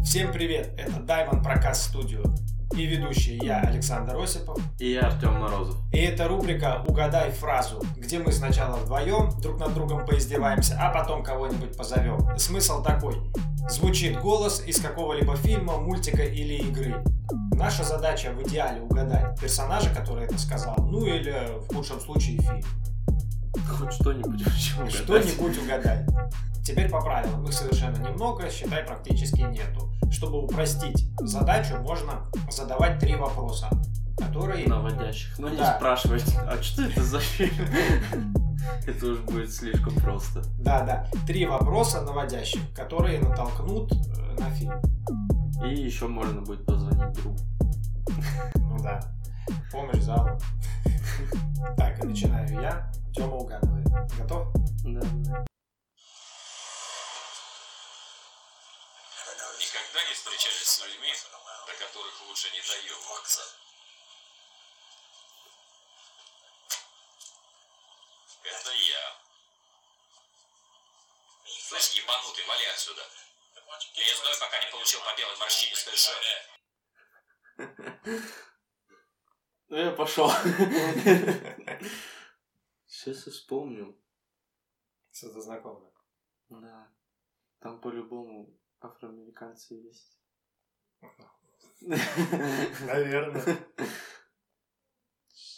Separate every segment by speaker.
Speaker 1: Всем привет, это Дайван Прокаст Студио. И ведущий я, Александр Осипов.
Speaker 2: И я Артем Морозов.
Speaker 1: И это рубрика «Угадай фразу», где мы сначала вдвоем друг над другом поиздеваемся, а потом кого-нибудь позовем. Смысл такой. Звучит голос из какого-либо фильма, мультика или игры. Наша задача в идеале угадать персонажа, который это сказал, ну или в худшем случае фильм.
Speaker 2: Хоть что-нибудь вообще угадать.
Speaker 1: Что-нибудь угадай. Теперь по правилам. Их совершенно немного, считай, практически нету. Чтобы упростить задачу, можно задавать три вопроса, которые...
Speaker 2: наводящих. Но не
Speaker 1: Да.
Speaker 2: спрашивать, а что это за фильм? Это уж будет слишком просто.
Speaker 1: Да-да, три вопроса наводящих, которые натолкнут э, на фильм.
Speaker 2: И еще можно будет позвонить другу.
Speaker 1: Ну да. Помощь зала. Так, и начинаю я. Тёма угадывает. Готов?
Speaker 2: Да.
Speaker 3: Никогда не встречались с людьми, до которых лучше не доебываться. Это я. Слышь, ебанутый, вали отсюда. Я стой, пока не получил по белой морщинистой жопе.
Speaker 2: Ну я пошел. Сейчас я вспомню.
Speaker 1: Что-то знакомое.
Speaker 2: Да. Там по-любому афроамериканцы есть.
Speaker 1: Наверное.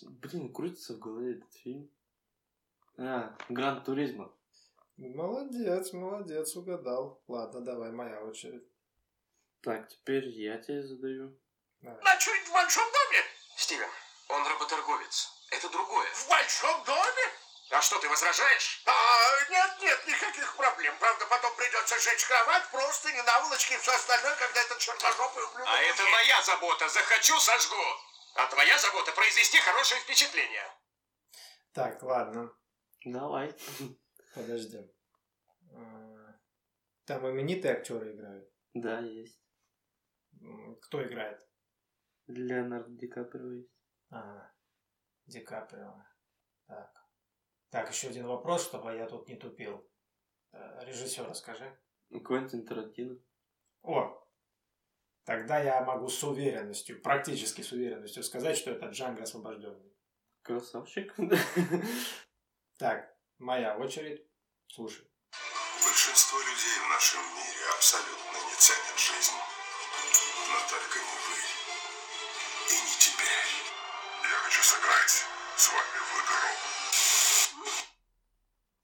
Speaker 2: Блин, крутится в голове этот фильм. А, Гранд Туризма.
Speaker 1: Молодец, молодец, угадал. Ладно, давай, моя очередь.
Speaker 2: Так, теперь я тебе задаю.
Speaker 1: Давай.
Speaker 4: Ночует в большом доме? Стивен, он работорговец. Это другое. В большом доме? А что, ты возражаешь? А, нет, нет, никаких проблем. Правда, потом придется сжечь кровать, просто не наволочки и все остальное, когда этот черножопый ублюдок...
Speaker 3: А это
Speaker 4: уедет.
Speaker 3: моя забота, захочу сожгу. А твоя забота произвести хорошее впечатление.
Speaker 1: Так, ладно,
Speaker 2: Давай.
Speaker 1: подождем. А, Там именитые актеры играют.
Speaker 2: Да, есть.
Speaker 1: М, Кто играет?
Speaker 2: Леонард Ди Каприо есть.
Speaker 1: Ага. А, Ди Каприо. Так. Так, еще один вопрос, чтобы я тут не тупил. Э, Режиссера скажи.
Speaker 2: Ну, Квентин Тарантино.
Speaker 1: О! Тогда я могу с уверенностью, практически с уверенностью сказать, что это Джанго освобожденный.
Speaker 2: Красавчик.
Speaker 1: Так, моя очередь. Слушай.
Speaker 5: Большинство людей в нашем мире абсолютно не ценят жизнь. Но только не вы. И не теперь. Я хочу сыграть с вами в игру.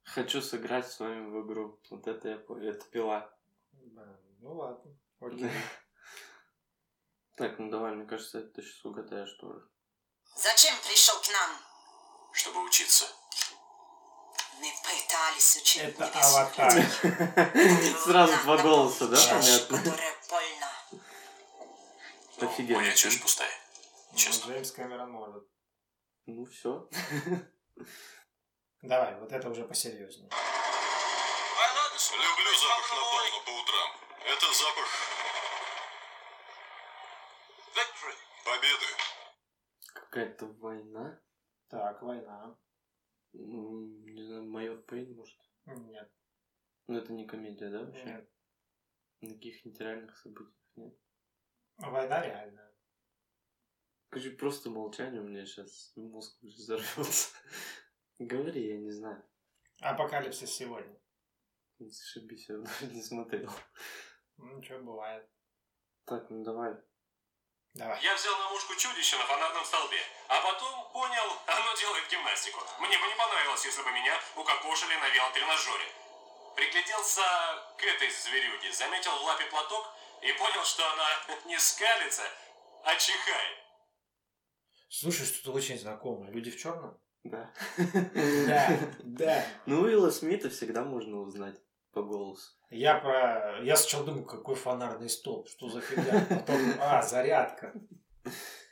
Speaker 2: Хочу сыграть с вами в игру. Вот это я по- Это пила.
Speaker 1: Да, Ну ладно.
Speaker 2: Так, ну давай, мне кажется, ты сейчас угадаешь тоже.
Speaker 6: Зачем пришел к нам?
Speaker 3: Чтобы учиться.
Speaker 6: Мы пытались учить
Speaker 1: Это
Speaker 6: небесных
Speaker 1: аватар.
Speaker 6: людей.
Speaker 2: Сразу
Speaker 6: Нам
Speaker 2: два
Speaker 6: на
Speaker 2: голоса, да,
Speaker 6: чашу,
Speaker 2: понятно?
Speaker 6: которая больна.
Speaker 2: Офигенно.
Speaker 3: пустая. Честно.
Speaker 1: Ну, Джеймс Кэмерон может.
Speaker 2: Ну все.
Speaker 1: Давай, вот это уже посерьезнее.
Speaker 5: Люблю запах напалма по утрам. Это запах победы.
Speaker 2: Какая-то война.
Speaker 1: Так, война.
Speaker 2: М, Не знаю, майор Пейн, может.
Speaker 1: Нет.
Speaker 2: Но это не комедия, да, вообще?
Speaker 1: Нет.
Speaker 2: Никаких нереальных событий нет.
Speaker 1: Война реальная.
Speaker 2: Короче, просто молчание у меня сейчас мозг взорвется. Говори, я не знаю.
Speaker 1: Апокалипсис сегодня.
Speaker 2: Не Зашибись, я даже не смотрел.
Speaker 1: Ну, Ничего, бывает.
Speaker 2: Так, ну давай.
Speaker 1: Давай.
Speaker 3: Я взял на мушку чудище на фонарном столбе, а потом понял, оно делает гимнастику. Мне бы не понравилось, если бы меня укокошили на велотренажере. Пригляделся к этой зверюге, заметил в лапе платок и понял, что она не скалится, а чихает.
Speaker 1: Слушай, что-то очень знакомое. Люди в черном?
Speaker 2: Да.
Speaker 1: да.
Speaker 2: Ну, Уилла Смита всегда можно узнать по голосу.
Speaker 1: Я про. Я сначала думаю, какой фонарный столб, что за фигня. Потом, а, зарядка.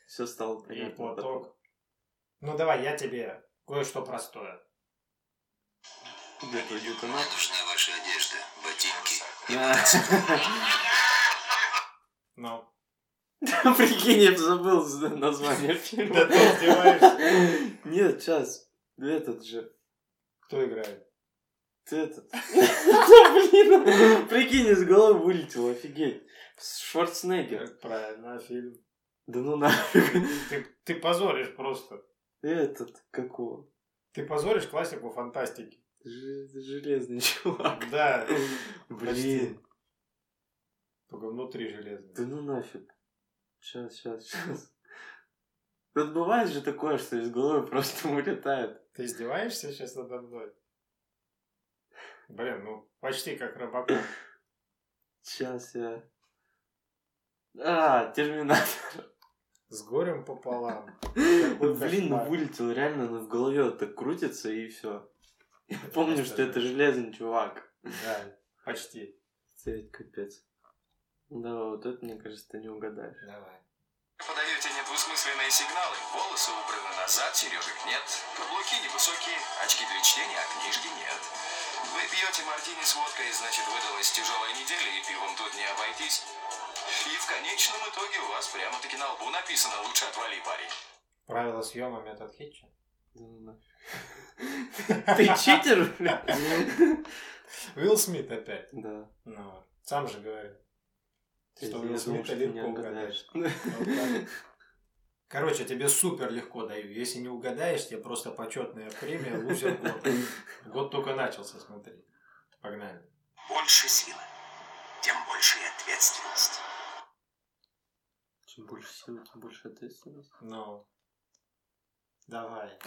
Speaker 2: Все стало
Speaker 1: И
Speaker 2: понятно.
Speaker 1: платок. Ну давай, я тебе кое-что простое.
Speaker 2: потом. Где твой детонатор?
Speaker 5: нужна ваша одежда, ботинки.
Speaker 1: Ну.
Speaker 2: Прикинь, я забыл за- название
Speaker 1: Да ты издеваешься.
Speaker 2: фильма. Нет, сейчас. Этот же.
Speaker 1: Кто играет?
Speaker 2: Ты этот... Да, блин, прикинь, из головы вылетел, офигеть. Шварценеггер.
Speaker 1: Правильно, фильм.
Speaker 2: Да ну нафиг.
Speaker 1: Ты, ты позоришь просто.
Speaker 2: Этот, какого?
Speaker 1: Ты позоришь классику фантастики.
Speaker 2: Ж- Железный чувак.
Speaker 1: Да.
Speaker 2: Блин,
Speaker 1: Только внутри
Speaker 2: да
Speaker 1: железный.
Speaker 2: ну нафиг. Сейчас, сейчас, сейчас. Тут бывает же такое, что из головы просто вылетает.
Speaker 1: Ты издеваешься сейчас надо мной? Блин, ну почти как Робокоп.
Speaker 2: Сейчас я... А, Терминатор.
Speaker 1: С горем пополам.
Speaker 2: Ну, Блин, ну
Speaker 1: кошмар.
Speaker 2: вылетел реально, но в голове вот так крутится и все. Я помню, что это железный чувак.
Speaker 1: Да, почти.
Speaker 2: Это ведь капец. Да, вот это, мне кажется, ты не угадаешь.
Speaker 1: Давай.
Speaker 3: Подаете недвусмысленные сигналы. Волосы убраны назад, сережек нет. Каблуки невысокие, очки для чтения, а книжки нет. Вы пьете мартини с водкой, значит, выдалась тяжелая неделя, и пивом тут не обойтись. И в конечном итоге у вас прямо-таки на лбу написано «Лучше отвали, парень».
Speaker 1: Правила съема метод Хитча.
Speaker 2: Да ну нафиг. Ты читер, бля?
Speaker 1: Уилл Смит опять.
Speaker 2: Да.
Speaker 1: Ну, сам же говорил.
Speaker 2: Я
Speaker 1: Что Уилл
Speaker 2: думал,
Speaker 1: Смита
Speaker 2: что ты не
Speaker 1: легко
Speaker 2: угадаешь.
Speaker 1: угадаешь. Ну, да. Короче, тебе супер легко даю. Если не угадаешь, тебе просто почетная премия лузер года. Год только начался, смотри. Погнали.
Speaker 7: Больше силы, тем больше и ответственность.
Speaker 2: Чем больше сил, тем больше ответственность.
Speaker 1: Ну. Давай.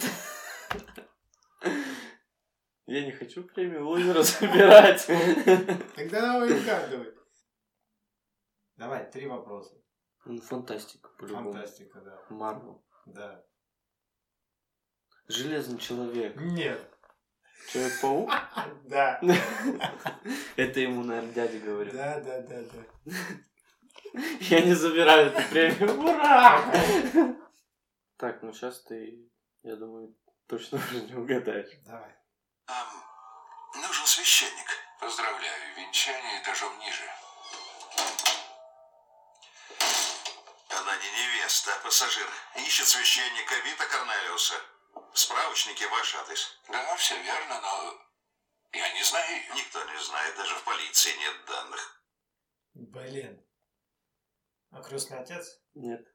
Speaker 2: Я не хочу премию лузера собирать.
Speaker 1: Тогда давай угадывай. Давай, три вопроса.
Speaker 2: Ну, фантастика, по-любому.
Speaker 1: Фантастика, да.
Speaker 2: Марвел.
Speaker 1: Да.
Speaker 2: Железный человек.
Speaker 1: Нет.
Speaker 2: Человек-паук?
Speaker 1: А, Да.
Speaker 2: Это ему, наверное, дядя говорил.
Speaker 1: Да, да, да, да.
Speaker 2: Я не забираю эту премию. Ура! Так, ну сейчас ты, я думаю, точно уже не угадаешь.
Speaker 1: Давай.
Speaker 7: Нам нужен ну священник. Поздравляю, венчание этажом ниже. Она не невеста, а пассажир. Ищет священника Вита Корнелиуса. В справочнике ваш адрес. Да, все верно, но я не знаю ее. Никто не знает, даже в полиции нет данных.
Speaker 1: Блин. А крестный отец?
Speaker 2: Нет,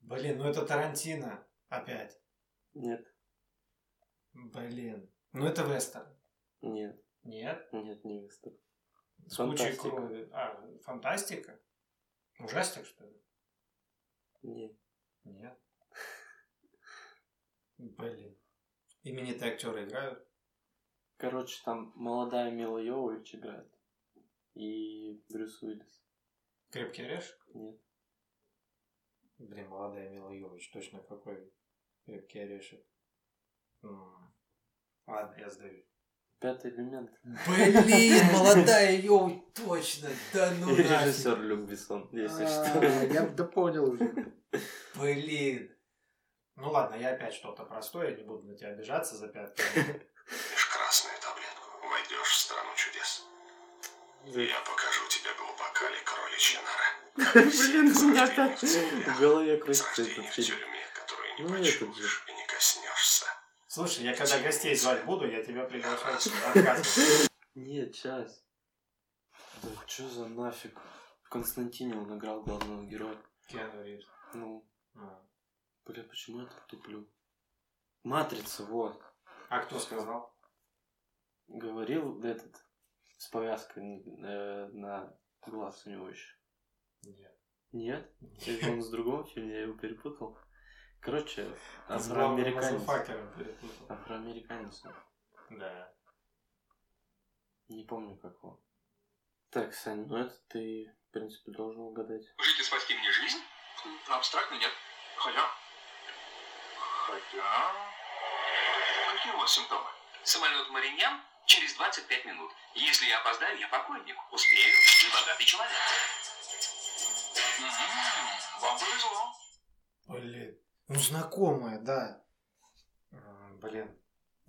Speaker 1: Блин, ну это Тарантино. Опять.
Speaker 2: нет,
Speaker 1: Блин. Ну это вестерн.
Speaker 2: нет,
Speaker 1: Нет.
Speaker 2: нет, не выступ.
Speaker 1: С кучей
Speaker 2: Фантастика.
Speaker 1: крови. А, фантастика? Ужастик, что ли?
Speaker 2: Нет.
Speaker 1: Нет. Блин. Именитые актеры играют?
Speaker 2: Короче, там молодая Мила Йовович играет. И Брюс Уиллис.
Speaker 1: Крепкий орешек?
Speaker 2: Нет.
Speaker 1: Блин, молодая Мила Йович, точно какой крепкий орешек. М. Ладно, я сдаюсь.
Speaker 2: Пятый элемент.
Speaker 8: Блин, молодая Йоу, точно, да ну
Speaker 2: И режиссер Люк Бессон, если что.
Speaker 9: Я да понял уже.
Speaker 8: Блин.
Speaker 1: Ну ладно, я опять что-то простое, не буду на тебя обижаться за пятку.
Speaker 7: Лишь красную таблетку. Войдешь в страну чудес. Я покажу тебе глубока ли кроличья нора. Как и все
Speaker 2: Блин, у меня
Speaker 7: рождение в
Speaker 2: так
Speaker 7: земле.
Speaker 2: Ну, в голове
Speaker 7: С
Speaker 2: крутится
Speaker 7: рождения
Speaker 2: этот
Speaker 7: в
Speaker 2: фильм.
Speaker 7: тюрьме, которую не
Speaker 2: Ну, этот же.
Speaker 7: почуешь и не коснешься.
Speaker 1: Слушай, я когда гостей звать буду, я тебя приглашаю отказывать.
Speaker 2: Нет, сейчас. Да что за нафиг? В Константине он играл главного героя.
Speaker 1: Киану Ривз.
Speaker 2: Ну,
Speaker 1: А.
Speaker 2: бля, почему я так туплю? Матрица, вот.
Speaker 1: А кто сказал?
Speaker 2: Говорил этот с повязкой э, на глаз у него еще.
Speaker 1: Нет.
Speaker 2: Нет? Это он с другого фильма, я его перепутал. Короче,
Speaker 1: Ты с главным
Speaker 2: афроамериканец.
Speaker 1: мазафакером перепутал.
Speaker 2: Афроамериканец. он.
Speaker 1: Да.
Speaker 2: Не помню, как он. Так, Сань, ну это ты, в принципе, должен угадать.
Speaker 3: Жить и спасти мне жизнь? Абстрактно нет. Хотя... Хотя... Какие у вас симптомы? Самолет Мариньян через 25 минут. Если я опоздаю, я покойник. Успею, и богатый человек. Мгм, Вам повезло.
Speaker 1: Блин. Ну знакомая, да. М, Блин.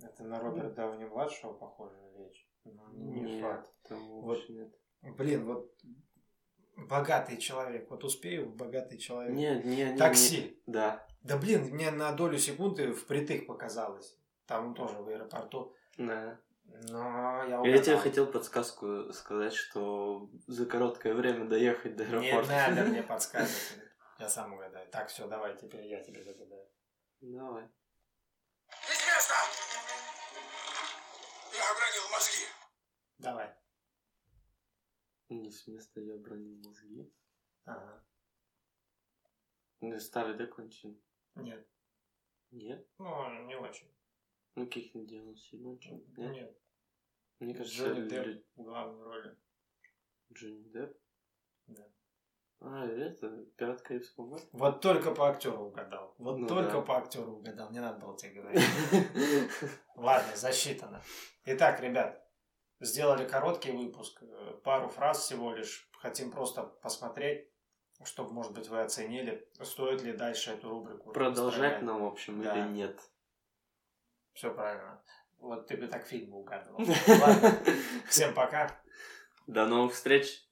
Speaker 1: Это
Speaker 2: Ну.
Speaker 1: на Роберта Дауни младшего похоже речь. Ну, Не факт.
Speaker 2: там
Speaker 1: Вот.
Speaker 2: вообще нет.
Speaker 1: Блин, вот богатый человек. Вот успею, богатый человек.
Speaker 2: Нет, не, не, не.
Speaker 1: Такси.
Speaker 2: Да,
Speaker 1: Да блин, мне на долю секунды впритык показалось. Там тоже в аэропорту.
Speaker 2: да.
Speaker 1: Но я
Speaker 2: Я тебе
Speaker 1: угадал.
Speaker 2: хотел подсказку сказать, что за короткое время доехать до
Speaker 1: Не
Speaker 2: аэропорта.
Speaker 1: надо мне подсказывать. Я сам угадаю. Так, все, давай, теперь я тебе загадаю.
Speaker 2: Давай.
Speaker 4: Известно!
Speaker 5: Я обронил мозги.
Speaker 1: Давай.
Speaker 2: Не с места я бронил мозги.
Speaker 1: Ага.
Speaker 2: Ну, и старый, да, кончен?
Speaker 1: Нет.
Speaker 2: Нет?
Speaker 1: Ну, не очень.
Speaker 2: Ну, каких не делал сегодня? Нет?
Speaker 1: Нет.
Speaker 2: Мне кажется,
Speaker 1: Ну, Джонни
Speaker 2: Лю-
Speaker 1: Депп в главной роли.
Speaker 2: Джонни Депп?
Speaker 1: Да.
Speaker 2: А, это «Пират Карибского моря».
Speaker 1: Вот только по актеру угадал. Вот
Speaker 2: Ну
Speaker 1: только
Speaker 2: да.
Speaker 1: по актеру угадал. Не надо было тебе говорить. Ладно, засчитано. Итак, ребят, сделали короткий выпуск. э, Пару фраз всего лишь. Хотим просто посмотреть, чтобы, может быть, вы оценили, стоит ли дальше эту рубрику.
Speaker 2: Продолжать нам, в общем,
Speaker 1: Да.
Speaker 2: или нет?
Speaker 1: Все правильно. Вот ты бы так фильмы угадывал. Ладно, всем пока.
Speaker 2: До новых встреч!